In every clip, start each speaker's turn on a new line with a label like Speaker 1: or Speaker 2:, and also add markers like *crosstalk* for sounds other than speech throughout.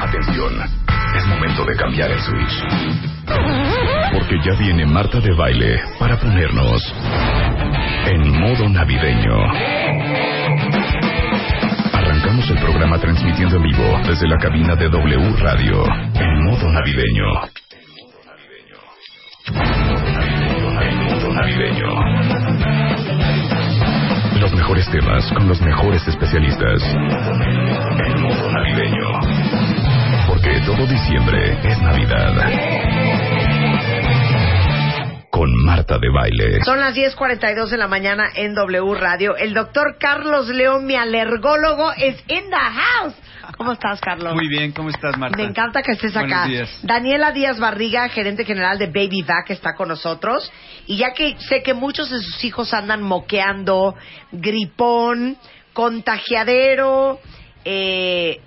Speaker 1: atención. Es momento de cambiar el switch. Porque ya viene Marta de baile para ponernos en modo navideño. Arrancamos el programa transmitiendo en vivo desde la cabina de W Radio en modo navideño. En modo navideño. Los mejores temas con los mejores especialistas. En modo navideño. Porque todo diciembre es Navidad con Marta de Baile.
Speaker 2: Son las 10:42 de la mañana en W Radio. El doctor Carlos León, mi alergólogo, es in the house. ¿Cómo estás, Carlos?
Speaker 3: Muy bien, ¿cómo estás, Marta?
Speaker 2: Me encanta que estés
Speaker 3: Buenos
Speaker 2: acá.
Speaker 3: días.
Speaker 2: Daniela Díaz Barriga, gerente general de Baby Back, está con nosotros. Y ya que sé que muchos de sus hijos andan moqueando, gripón, contagiadero, eh,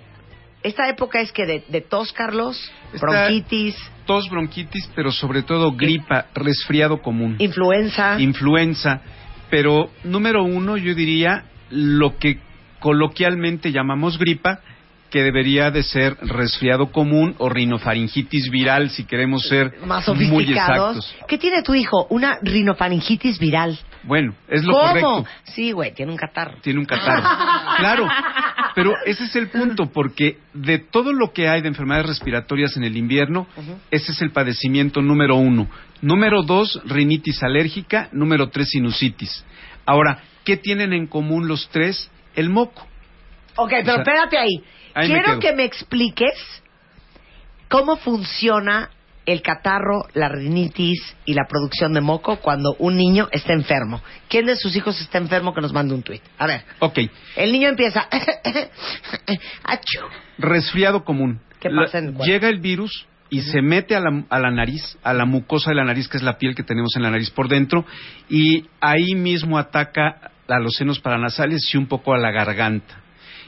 Speaker 2: ¿esta época es que de, de tos, Carlos?
Speaker 3: Esta-
Speaker 2: Bronquitis,
Speaker 3: Tos, bronquitis, pero sobre todo gripa, resfriado común,
Speaker 2: influenza.
Speaker 3: influenza. Pero número uno, yo diría lo que coloquialmente llamamos gripa, que debería de ser resfriado común o rinofaringitis viral, si queremos ser
Speaker 2: más
Speaker 3: muy
Speaker 2: sofisticados.
Speaker 3: exactos.
Speaker 2: ¿Qué tiene tu hijo? Una rinofaringitis viral.
Speaker 3: Bueno, es lo
Speaker 2: ¿Cómo?
Speaker 3: correcto.
Speaker 2: Sí, güey, tiene un catarro.
Speaker 3: tiene un catarro. Claro, pero ese es el punto, porque de todo lo que hay de enfermedades respiratorias en el invierno,
Speaker 2: Ujú.
Speaker 3: ese es el padecimiento número uno. Número dos, rinitis alérgica. Número tres, sinusitis. Ahora, ¿qué tienen en común los tres? El moco.
Speaker 2: Ok, pero
Speaker 3: O sea,
Speaker 2: espérate ahí.
Speaker 3: ahí me
Speaker 2: Quiero
Speaker 3: quedo.
Speaker 2: que me expliques cómo funciona el catarro, la rinitis y la producción de moco cuando un niño está enfermo. ¿Quién de sus hijos está enfermo que nos mande un tuit? A ver,
Speaker 3: Ok,
Speaker 2: el niño empieza... *laughs* Achú.
Speaker 3: resfriado común.
Speaker 2: ¿Qué
Speaker 3: La-
Speaker 2: pasa en el cuerpo?
Speaker 3: llega el virus y se mete a la, a la nariz, a la mucosa de la nariz, que es la piel que tenemos en la nariz por dentro, y ahí mismo ataca a los senos paranasales y un poco a la garganta.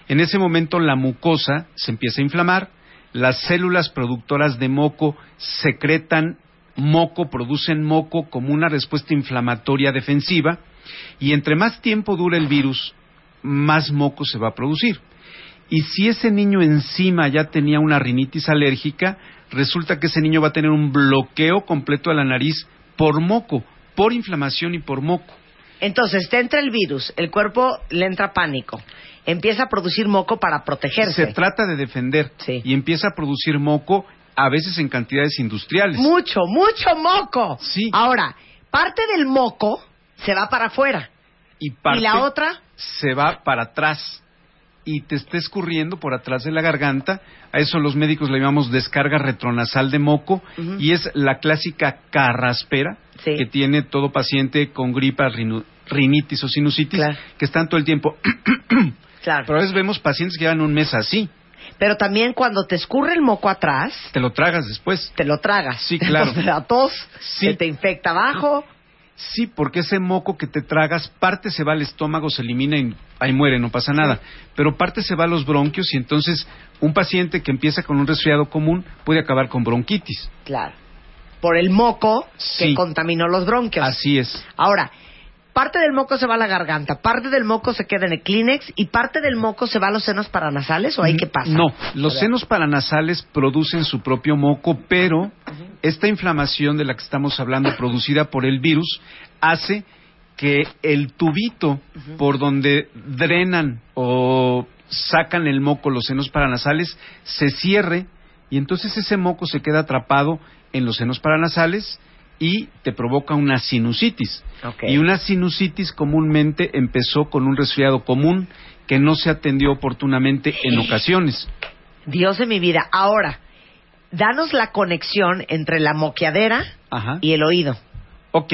Speaker 3: En ese momento la mucosa se empieza a inflamar, las células productoras de moco secretan moco, producen moco como una respuesta inflamatoria defensiva, y entre más tiempo dura el virus, más moco se va a producir. Y si ese niño encima ya tenía una rinitis alérgica, resulta que ese niño va a tener un bloqueo completo de la nariz por moco, por inflamación y por moco.
Speaker 2: Entonces, te entra el virus, el cuerpo le entra pánico, empieza a producir moco para protegerse.
Speaker 3: Se trata de defender
Speaker 2: Sí.
Speaker 3: y empieza a producir moco a veces en cantidades industriales.
Speaker 2: Mucho, mucho moco.
Speaker 3: Sí.
Speaker 2: Ahora, parte del moco se va para afuera.
Speaker 3: y, parte
Speaker 2: Y la otra,
Speaker 3: se va para atrás y te está escurriendo por atrás de la garganta. A eso los médicos le llamamos descarga retronasal de moco
Speaker 2: Ujú.
Speaker 3: y es la clásica carraspera
Speaker 2: Sí.
Speaker 3: que tiene todo paciente con gripa, rinu- rinitis o sinusitis
Speaker 2: Claro.
Speaker 3: que están todo el tiempo. *clears throat*
Speaker 2: claro.
Speaker 3: Pero a
Speaker 2: Pero,
Speaker 3: veces vemos pacientes que llevan un mes así,
Speaker 2: también cuando te escurre el moco atrás,
Speaker 3: te lo tragas después.
Speaker 2: te lo tragas. *laughs*
Speaker 3: Sí, claro.
Speaker 2: Entonces, la tos,
Speaker 3: Sí.
Speaker 2: se te infecta abajo.
Speaker 3: Sí, porque ese moco que te tragas, parte se va al estómago, se elimina y ahí muere, no pasa nada. Pero parte se va a los bronquios y entonces un paciente que empieza con un resfriado común puede acabar con bronquitis.
Speaker 2: Claro. Por el moco que
Speaker 3: Sí.
Speaker 2: contaminó los bronquios.
Speaker 3: Así es.
Speaker 2: Ahora, parte del moco se va a la garganta, parte del moco se queda en el Kleenex y parte del moco se va a los senos paranasales o ahí qué pasa?
Speaker 3: Mm, No,
Speaker 2: A
Speaker 3: los
Speaker 2: ver.
Speaker 3: senos paranasales producen su propio moco, pero esta inflamación de la que estamos hablando, producida por el virus, hace que el tubito por donde drenan o sacan el moco los senos paranasales se cierre y entonces ese moco se queda atrapado en los senos paranasales y te provoca una sinusitis.
Speaker 2: Ok.
Speaker 3: Y una sinusitis comúnmente empezó con un resfriado común que no se atendió oportunamente en ocasiones.
Speaker 2: Dios de mi vida. Ahora, danos la conexión entre la moqueadera
Speaker 3: Ajá.
Speaker 2: y el oído.
Speaker 3: Ok.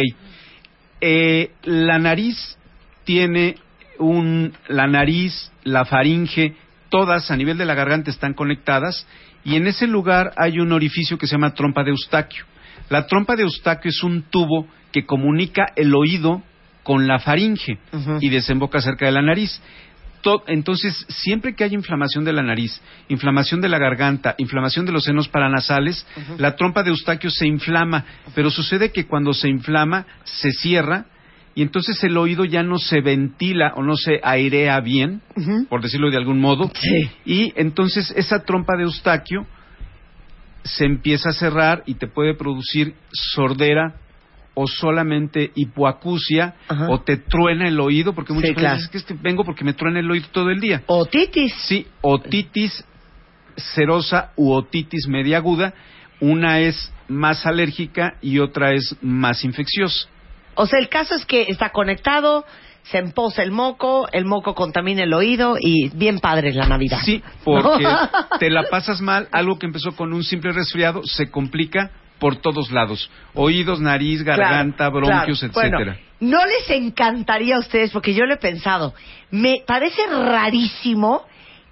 Speaker 3: Eh, la nariz tiene un... La nariz, la faringe, todas a nivel de la garganta están conectadas y en ese lugar hay un orificio que se llama trompa de Eustaquio. La trompa de Eustaquio es un tubo que comunica el oído con la faringe
Speaker 2: Ujú.
Speaker 3: y desemboca cerca de la nariz. To- Entonces, siempre que hay inflamación de la nariz, inflamación de la garganta, inflamación de los senos paranasales, la trompa de Eustaquio se inflama, pero sucede que cuando se inflama, se cierra y entonces el oído ya no se ventila o no se airea bien, por decirlo de algún modo,
Speaker 2: Sí.
Speaker 3: y entonces esa trompa de Eustaquio se empieza a cerrar y te puede producir sordera o solamente hipoacusia
Speaker 2: Ajá.
Speaker 3: o te truena el oído porque muchas
Speaker 2: Sí,
Speaker 3: veces
Speaker 2: claro.
Speaker 3: es que, es que vengo porque me truena el oído todo el día.
Speaker 2: Otitis.
Speaker 3: Sí, otitis serosa u otitis media aguda, una es más alérgica y otra es más infecciosa.
Speaker 2: O sea, el caso es que está conectado, se emposa el moco, el moco contamina el oído y bien padre la Navidad. *laughs*
Speaker 3: Sí, porque te la pasas mal, algo que empezó con un simple resfriado se complica por todos lados, oídos, nariz,
Speaker 2: Claro,
Speaker 3: garganta, bronquios,
Speaker 2: claro.
Speaker 3: etcétera.
Speaker 2: Bueno, no les encantaría a ustedes, porque yo lo he pensado, me parece rarísimo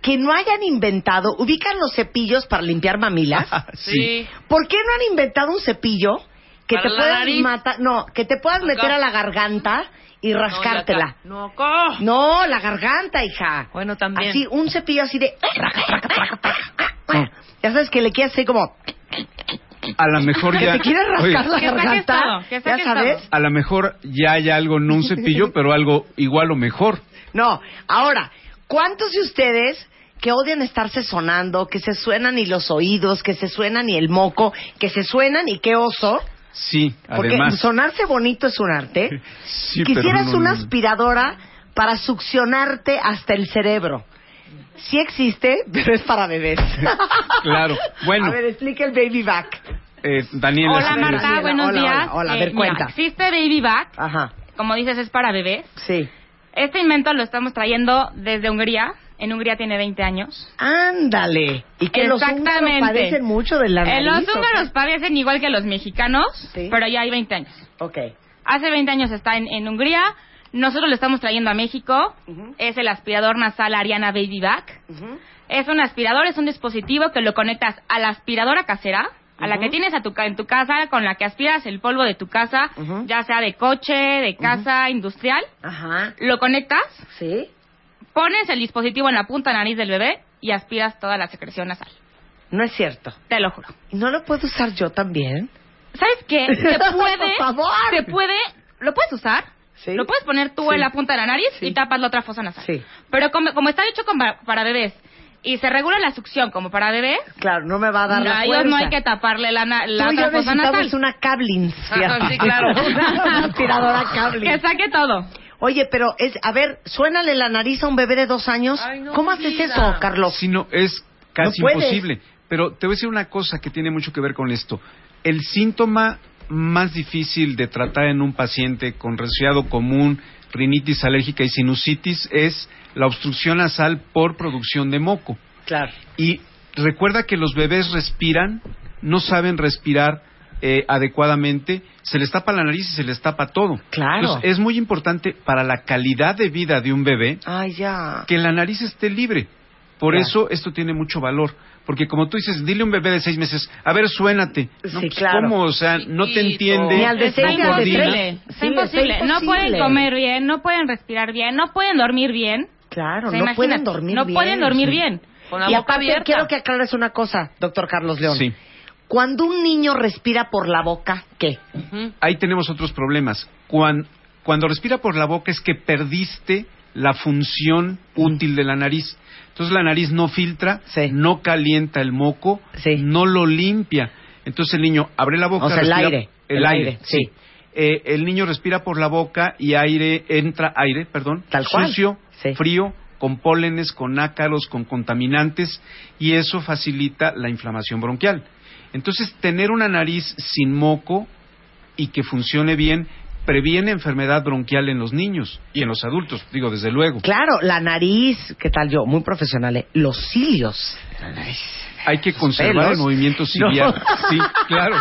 Speaker 2: que no hayan inventado, ubican los cepillos para limpiar
Speaker 3: *laughs*
Speaker 2: mamilas.
Speaker 3: Ah,
Speaker 4: Sí.
Speaker 2: ¿Por qué no han inventado un cepillo que
Speaker 4: Para
Speaker 2: te
Speaker 4: la
Speaker 2: puedas
Speaker 4: nariz.
Speaker 2: matar, no, que te puedas meter a la garganta y rascártela?
Speaker 4: No, y acá- no, co.
Speaker 2: No, la garganta, hija.
Speaker 4: Bueno, también. Ah.
Speaker 2: Así, un cepillo así
Speaker 4: *laughs*
Speaker 2: de... Ah. Ya sabes que le quieres hacer como...
Speaker 3: A lo mejor
Speaker 2: Que
Speaker 3: ya
Speaker 2: te quieres
Speaker 3: *laughs* oye,
Speaker 2: rascar la
Speaker 4: Que saques
Speaker 2: garganta.
Speaker 4: todo, que
Speaker 2: ya
Speaker 4: saques
Speaker 2: sabes.
Speaker 4: todo.
Speaker 3: a lo mejor ya hay algo no un cepillo, pero algo igual o mejor.
Speaker 2: No, ahora, ¿cuántos de ustedes que odian estarse sonando, que se suenan y los oídos, que se suenan y el moco, que se suenan y qué oso?
Speaker 3: Sí,
Speaker 2: Porque
Speaker 3: además.
Speaker 2: sonarse bonito es un
Speaker 3: *laughs*
Speaker 2: arte.
Speaker 3: Sí, pero
Speaker 2: Quisieras
Speaker 3: no, no,
Speaker 2: una
Speaker 3: no.
Speaker 2: aspiradora para succionarte hasta el cerebro. Sí existe, *laughs* pero es para bebés.
Speaker 3: *laughs* Claro.
Speaker 2: A
Speaker 3: Bueno,
Speaker 2: ver, explica el baby back.
Speaker 3: eh, Daniela.
Speaker 4: Hola
Speaker 3: si quieres-
Speaker 4: Marta,
Speaker 2: Daniela,
Speaker 4: buenos
Speaker 2: hola,
Speaker 4: días. Eh,
Speaker 2: hola, hola, a ver,
Speaker 4: mira,
Speaker 2: cuenta.
Speaker 4: existe Baby Back,
Speaker 2: Ajá,
Speaker 4: como dices es para bebés.
Speaker 2: sí.
Speaker 4: Este invento lo estamos trayendo desde Hungría. En Hungría tiene 20 años.
Speaker 2: Ándale. Y que los húngaros
Speaker 4: Exactamente.
Speaker 2: padecen mucho de la
Speaker 4: Eh,
Speaker 2: nariz.
Speaker 4: los
Speaker 2: ¿o qué?
Speaker 4: húngaros padecen igual que los mexicanos,
Speaker 2: Sí.
Speaker 4: pero ya hay 20 años.
Speaker 2: Ok.
Speaker 4: Hace 20 años está en, en Hungría. Nosotros lo estamos trayendo a México.
Speaker 2: Ujú.
Speaker 4: Es el aspirador nasal Ariana Baby Back.
Speaker 2: Ujú.
Speaker 4: Es un aspirador, es un dispositivo que lo conectas a la aspiradora casera, a la
Speaker 2: Ujú.
Speaker 4: que tienes a tu, ca- en tu casa, con la que aspiras el polvo de tu casa,
Speaker 2: Ujú.
Speaker 4: ya sea de coche, de casa, industrial.
Speaker 2: Ajá.
Speaker 4: Lo conectas,
Speaker 2: Sí.
Speaker 4: pones el dispositivo en la punta nariz del bebé y aspiras toda la secreción nasal.
Speaker 2: No es cierto.
Speaker 4: Te lo juro.
Speaker 2: ¿No lo puedo usar yo también?
Speaker 4: ¿Sabes qué?
Speaker 2: *laughs*
Speaker 4: Se puede,
Speaker 2: Por favor.
Speaker 4: se puede, lo puedes usar,
Speaker 2: Sí.
Speaker 4: lo puedes poner tú
Speaker 2: Sí.
Speaker 4: en la punta de la nariz
Speaker 2: Sí.
Speaker 4: y tapas la otra fosa nasal.
Speaker 2: Sí.
Speaker 4: Pero como, como está hecho como para, para bebés y se regula la succión como para bebés,
Speaker 2: Claro, no me va a dar
Speaker 4: no,
Speaker 2: la
Speaker 4: a
Speaker 2: fuerza.
Speaker 4: ellos no hay que taparle la, na- la
Speaker 2: Tú y yo
Speaker 4: otra fosa
Speaker 2: necesitamos
Speaker 4: nasal.
Speaker 2: una Cablins. fíjate.
Speaker 4: sí, claro.
Speaker 2: *laughs* una aspiradora
Speaker 4: Que
Speaker 2: Cablins.
Speaker 4: saque todo.
Speaker 2: Oye, pero, es, a ver, suénale la nariz a un bebé de dos años.
Speaker 4: Ay, no,
Speaker 2: ¿Cómo haces
Speaker 4: vida.
Speaker 2: eso, Carlos?
Speaker 3: Si no, es casi
Speaker 2: No puedes.
Speaker 3: imposible. Pero te voy a decir una cosa que tiene mucho que ver con esto. El síntoma más difícil de tratar en un paciente con resfriado común, rinitis alérgica y sinusitis es la obstrucción nasal por producción de moco.
Speaker 2: Claro.
Speaker 3: Y recuerda que los bebés respiran, no saben respirar eh, adecuadamente, se les tapa la nariz y se les tapa todo.
Speaker 2: Claro.
Speaker 3: Entonces, es muy importante para la calidad de vida de un bebé
Speaker 2: Ay, ya.
Speaker 3: que la nariz esté libre. Por
Speaker 2: Claro.
Speaker 3: eso esto tiene mucho valor. Porque como tú dices, dile a un bebé de seis meses, a ver, suénate. No,
Speaker 2: Sí,
Speaker 3: pues,
Speaker 2: claro.
Speaker 3: ¿Cómo? O sea, no te entiende.
Speaker 2: Ni al de
Speaker 4: Es
Speaker 2: seis, ni al de
Speaker 3: coordina.
Speaker 2: tres.
Speaker 4: imposible.
Speaker 2: Sí,
Speaker 4: es imposible.
Speaker 2: está
Speaker 4: No pueden
Speaker 2: imposible.
Speaker 4: comer bien, no pueden respirar bien, no pueden dormir bien.
Speaker 2: Claro,
Speaker 4: O sea,
Speaker 2: no pueden
Speaker 4: imagínate,
Speaker 2: dormir
Speaker 4: no
Speaker 2: bien.
Speaker 4: pueden dormir bien.
Speaker 2: y aparte, quiero que aclares una cosa, doctor Carlos León.
Speaker 3: Sí.
Speaker 2: Cuando un niño respira por la boca, ¿qué?
Speaker 3: Ahí tenemos otros problemas. Cuan- cuando respira por la boca es que perdiste la función útil de la nariz. Entonces la nariz no filtra,
Speaker 2: Sí.
Speaker 3: no calienta el moco,
Speaker 2: Sí.
Speaker 3: no lo limpia. Entonces el niño abre la boca.
Speaker 2: O sea, el
Speaker 3: respira-
Speaker 2: aire.
Speaker 3: El,
Speaker 2: El
Speaker 3: aire,
Speaker 2: aire, sí.
Speaker 3: sí. Eh, el niño respira por la boca y aire, entra aire, perdón,
Speaker 2: Tal cual.
Speaker 3: sucio,
Speaker 2: Sí.
Speaker 3: frío, con pólenes, con ácaros, con contaminantes, y eso facilita la inflamación bronquial. Entonces, tener una nariz sin moco y que funcione bien previene enfermedad bronquial en los niños y en los adultos, digo, desde luego.
Speaker 2: Claro, la nariz, ¿qué tal yo? Muy profesional, ¿eh? Los cilios.
Speaker 3: Hay que conservar
Speaker 2: pelos.
Speaker 3: el movimiento ciliar. Sí, claro.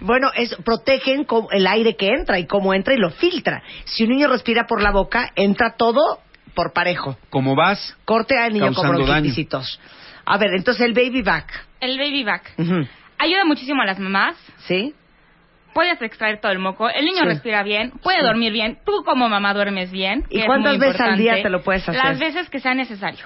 Speaker 2: Bueno, es, protegen co- el aire que entra y cómo entra y lo filtra. Si un niño respira por la boca, entra todo por parejo.
Speaker 3: Como vas,
Speaker 2: Corte al niño con
Speaker 3: Causando
Speaker 2: bronquitis
Speaker 3: daño.
Speaker 2: y tos. A ver, entonces el baby back.
Speaker 4: El baby back.
Speaker 2: Ujú.
Speaker 4: Ayuda muchísimo a las mamás.
Speaker 2: ¿Sí?
Speaker 4: Puedes extraer todo el moco. El niño
Speaker 2: Sí.
Speaker 4: respira bien, puede
Speaker 2: Sí.
Speaker 4: dormir bien. Tú como mamá duermes bien.
Speaker 2: ¿Y
Speaker 4: que es
Speaker 2: cuántas
Speaker 4: muy
Speaker 2: veces al día
Speaker 4: importante.
Speaker 2: te lo puedes hacer?
Speaker 4: Las veces que sea necesario.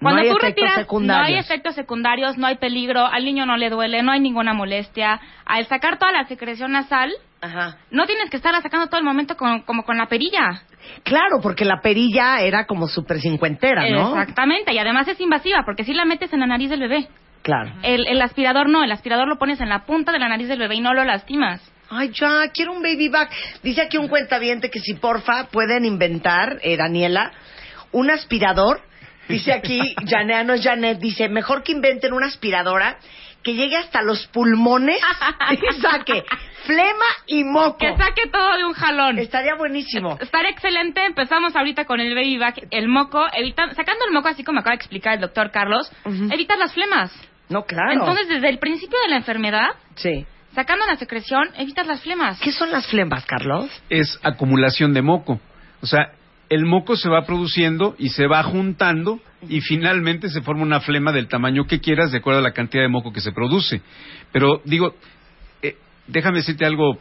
Speaker 2: No hay efectos
Speaker 4: no hay
Speaker 2: secundarios.
Speaker 4: efectos secundarios, no hay peligro, al niño no le duele, no hay ninguna molestia. Al sacar toda la secreción nasal,
Speaker 2: Ajá.
Speaker 4: no tienes que estarla sacando todo el momento con- como con la perilla.
Speaker 2: Claro, porque la perilla era como súper cincuentera, ¿no?
Speaker 4: Exactamente, y además es invasiva porque si la metes en la nariz del bebé.
Speaker 2: Claro.
Speaker 4: El, el aspirador no, el aspirador lo pones en la punta de la nariz del bebé y no lo lastimas.
Speaker 2: Ay, ya, quiero un baby back. Dice aquí un cuentaviente que si porfa pueden inventar, eh, Daniela, un aspirador. Dice
Speaker 3: *laughs*
Speaker 2: aquí, Janet, no es Janet, dice, mejor que inventen una aspiradora que llegue hasta los pulmones y
Speaker 4: *laughs*
Speaker 2: saque flema y moco.
Speaker 4: Que saque todo de un jalón.
Speaker 2: Estaría Oh. buenísimo.
Speaker 4: Estará excelente. Empezamos ahorita con el baby back, el moco. Evita, sacando el moco, así como acaba de explicar el doctor Carlos,
Speaker 2: Ujú.
Speaker 4: evitas las flemas.
Speaker 2: No, claro.
Speaker 4: Entonces, desde el principio de la enfermedad,
Speaker 2: sí.
Speaker 4: sacando la secreción, evitas las flemas.
Speaker 2: ¿Qué son las flemas, Carlos?
Speaker 3: es acumulación de moco. O sea, el moco se va produciendo y se va juntando y finalmente se forma una flema del tamaño que quieras de acuerdo a la cantidad de moco que se produce. Pero digo, eh, déjame decirte algo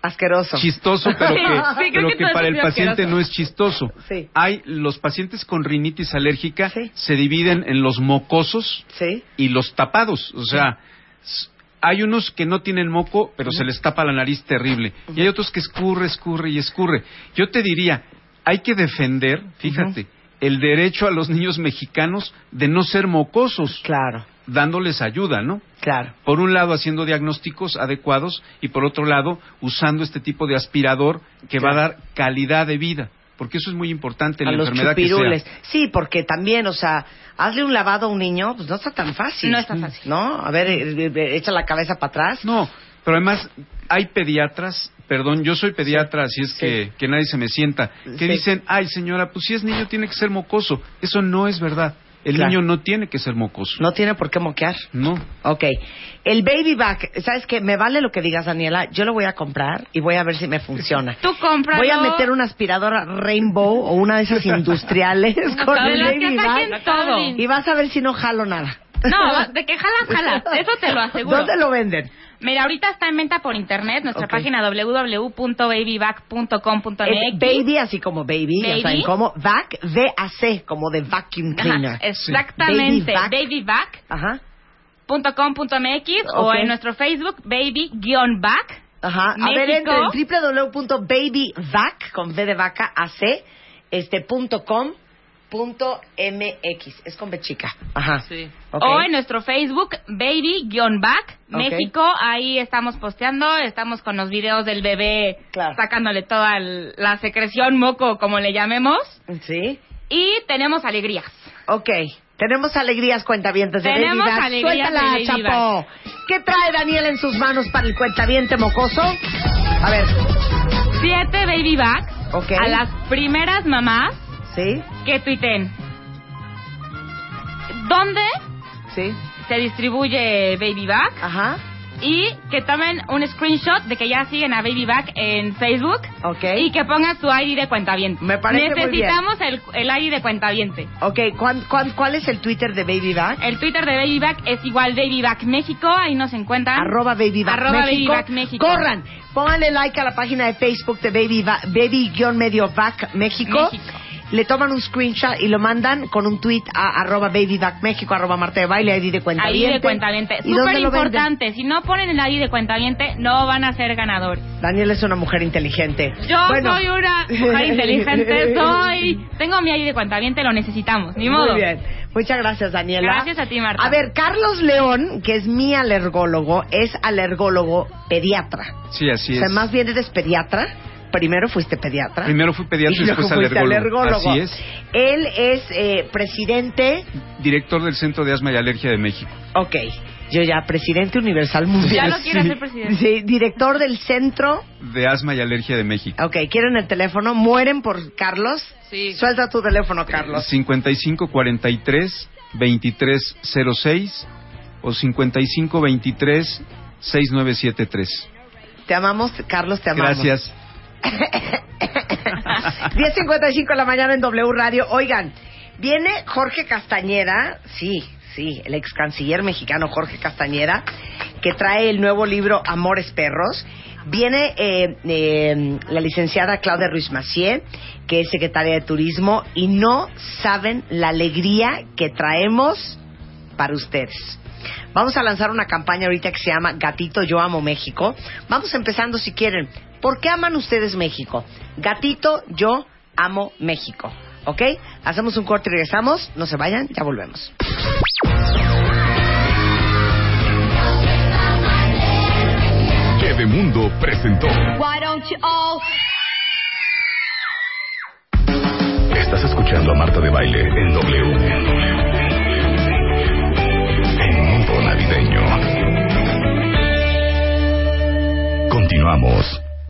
Speaker 2: Asqueroso.
Speaker 3: chistoso, pero
Speaker 4: *laughs* Sí,
Speaker 3: que,
Speaker 4: sí, creo
Speaker 3: pero
Speaker 4: que
Speaker 3: que
Speaker 4: todo
Speaker 3: para
Speaker 4: eso
Speaker 3: el
Speaker 4: es
Speaker 3: paciente
Speaker 4: asqueroso.
Speaker 3: no es chistoso.
Speaker 2: Sí.
Speaker 3: Hay los pacientes con rinitis alérgica
Speaker 2: Sí.
Speaker 3: se dividen en los mocosos
Speaker 2: Sí.
Speaker 3: y los tapados. O sea, s- hay unos que no tienen moco, pero se les tapa la nariz terrible. Y hay otros que escurre, escurre y escurre. Yo te diría, hay que defender, fíjate, el derecho a los niños mexicanos de no ser mocosos,
Speaker 2: Claro,
Speaker 3: dándoles ayuda, ¿no?
Speaker 2: claro.
Speaker 3: Por un lado, haciendo diagnósticos adecuados y por otro lado, usando este tipo de aspirador que va a dar calidad de vida. Porque eso es muy importante en
Speaker 2: a
Speaker 3: la
Speaker 2: los
Speaker 3: enfermedad que sea.
Speaker 2: chupirules. Sí, porque también, o sea, hazle un lavado a un niño, pues no está tan fácil.
Speaker 4: No está fácil.
Speaker 2: ¿No? A ver, eh, eh, echa la cabeza para atrás.
Speaker 3: No, pero además hay pediatras, perdón, yo soy pediatra, así es que, que nadie se me sienta, que
Speaker 2: Sí.
Speaker 3: dicen, ay señora, pues si es niño tiene que ser mocoso. Eso no es verdad. El
Speaker 2: Claro.
Speaker 3: niño no tiene que ser mocoso.
Speaker 2: No tiene por qué moquear.
Speaker 3: No.
Speaker 2: Ok. El baby back, ¿sabes qué? Me vale lo que digas, Daniela. Yo lo voy a comprar y voy a ver si me
Speaker 4: *laughs*
Speaker 2: funciona.
Speaker 4: Tú compras.
Speaker 2: Voy a meter una aspiradora Rainbow o una de esas
Speaker 4: *laughs*
Speaker 2: industriales con
Speaker 4: de
Speaker 2: el
Speaker 4: las que
Speaker 2: baby
Speaker 4: saquen
Speaker 2: back
Speaker 4: todo.
Speaker 2: y vas a ver si no jalo nada. *laughs*
Speaker 4: No, de que jala, jala. Eso te lo aseguro.
Speaker 2: ¿Dónde lo venden?
Speaker 4: Mira, ahorita está en venta por internet, nuestra
Speaker 2: Ok.
Speaker 4: página
Speaker 2: Es
Speaker 4: www.babyback.com.mx.
Speaker 2: Eh, baby, así como baby, ya
Speaker 4: Baby.
Speaker 2: saben cómo. Vac, V-A-C, como de vacuum
Speaker 4: Ajá,
Speaker 2: cleaner.
Speaker 4: exactamente,
Speaker 2: Baby back.
Speaker 4: babyback.com.mx
Speaker 2: Ajá,
Speaker 4: o
Speaker 2: Ok.
Speaker 4: en nuestro Facebook baby-back.
Speaker 2: ajá. A ver,
Speaker 4: México.
Speaker 2: entren www.babyvac, con V de vaca, AC, este, punto com, punto MX. Es con B chica. Ajá.
Speaker 5: Sí.
Speaker 2: Ok.
Speaker 4: O en nuestro Facebook, baby-back
Speaker 2: Ok.
Speaker 4: México. Ahí estamos posteando, estamos con los videos del bebé
Speaker 2: Claro.
Speaker 4: sacándole toda el- la secreción, moco, como le llamemos.
Speaker 2: Sí.
Speaker 4: Y tenemos alegrías.
Speaker 2: Ok. Tenemos alegrías cuentavientes de
Speaker 4: Tenemos
Speaker 2: Baby Back.
Speaker 4: alegrías
Speaker 2: Suéltala,
Speaker 4: de Baby
Speaker 2: Chapo. ¿Qué trae Daniel en sus manos para el cuentaviente mocoso? A ver.
Speaker 4: Siete baby backs
Speaker 2: Ok.
Speaker 4: a las primeras mamás
Speaker 2: Sí,
Speaker 4: que tuiten. ¿Dónde
Speaker 2: sí.
Speaker 4: se distribuye baby back?
Speaker 2: Ajá.
Speaker 4: y que tomen un screenshot de que ya siguen a Baby Back en Facebook
Speaker 2: Ok.
Speaker 4: y que pongan su ID de cuenta
Speaker 2: Me parece muy bien.
Speaker 4: Necesitamos El, el ID de cuenta
Speaker 2: Ok, ¿cuán- cuán- cuál es el Twitter de Baby Back?
Speaker 4: El Twitter de Baby Back es igual Baby Back México, ahí nos encuentran.
Speaker 2: Arroba Baby Back
Speaker 4: ah, Arroba Baby
Speaker 2: México.
Speaker 4: Back México.
Speaker 2: Corran, pónganle like a la página de Facebook de Baby Ba- Baby guión medio Back México.
Speaker 4: México.
Speaker 2: Le toman un screenshot y lo mandan con un tweet a arroba Baby Back México, arroba Marta de Baile, ID de cuenta
Speaker 4: ID de cuenta
Speaker 2: ¿Y dónde
Speaker 4: Súper
Speaker 2: lo venden?
Speaker 4: importante. Si no ponen el ID de cuenta no van a ser ganadores.
Speaker 2: Daniel es una mujer inteligente.
Speaker 4: Yo
Speaker 2: Bueno.
Speaker 4: soy una mujer
Speaker 2: *laughs*
Speaker 4: inteligente, soy. Tengo mi ID de cuenta lo necesitamos. Ni modo.
Speaker 2: Muy bien. Muchas gracias, Daniela.
Speaker 4: Gracias a ti, Marta.
Speaker 2: A ver, Carlos León, que es mi alergólogo, es alergólogo pediatra.
Speaker 3: Sí, así
Speaker 2: o
Speaker 3: es.
Speaker 2: sea, más bien eres pediatra. Primero fuiste pediatra.
Speaker 3: Primero fui
Speaker 2: y
Speaker 3: pediatra y después
Speaker 2: luego fuiste
Speaker 3: alergólogo.
Speaker 2: alergólogo.
Speaker 3: Así es.
Speaker 2: Él es eh, presidente.
Speaker 3: Director del Centro de Asma y Alergia de México.
Speaker 2: Ok. Yo ya, presidente universal mundial.
Speaker 4: Ya lo quiere
Speaker 2: Sí.
Speaker 4: hacer presidente.
Speaker 2: Sí, director del centro.
Speaker 3: De Asma y Alergia de México.
Speaker 2: Ok, quieren el teléfono. Mueren por Carlos.
Speaker 5: Sí.
Speaker 2: Suelta tu
Speaker 3: Eh,
Speaker 2: teléfono, Carlos.
Speaker 3: 5543 2306 o 5523 6973.
Speaker 2: Te amamos, Carlos, te amamos.
Speaker 3: Gracias.
Speaker 2: 10.55 de la mañana en W Radio. Oigan, viene Jorge Castañeda, sí, sí, el ex canciller mexicano Jorge Castañeda, que trae el nuevo libro Amores Perros. Viene eh, eh, la licenciada Claudia Ruiz Macié, que es secretaria de Turismo, y no saben la alegría que traemos para ustedes. Vamos a lanzar una campaña ahorita que se llama Gatito Yo Amo México. Vamos empezando si quieren. ¿Por qué aman ustedes México? Gatito Yo Amo México. ¿Ok? Hacemos un corte y regresamos. No se vayan, ya volvemos.
Speaker 1: Bebemundo presentó.
Speaker 5: Why don't you all...
Speaker 1: Estás escuchando a Marta de Baile en W.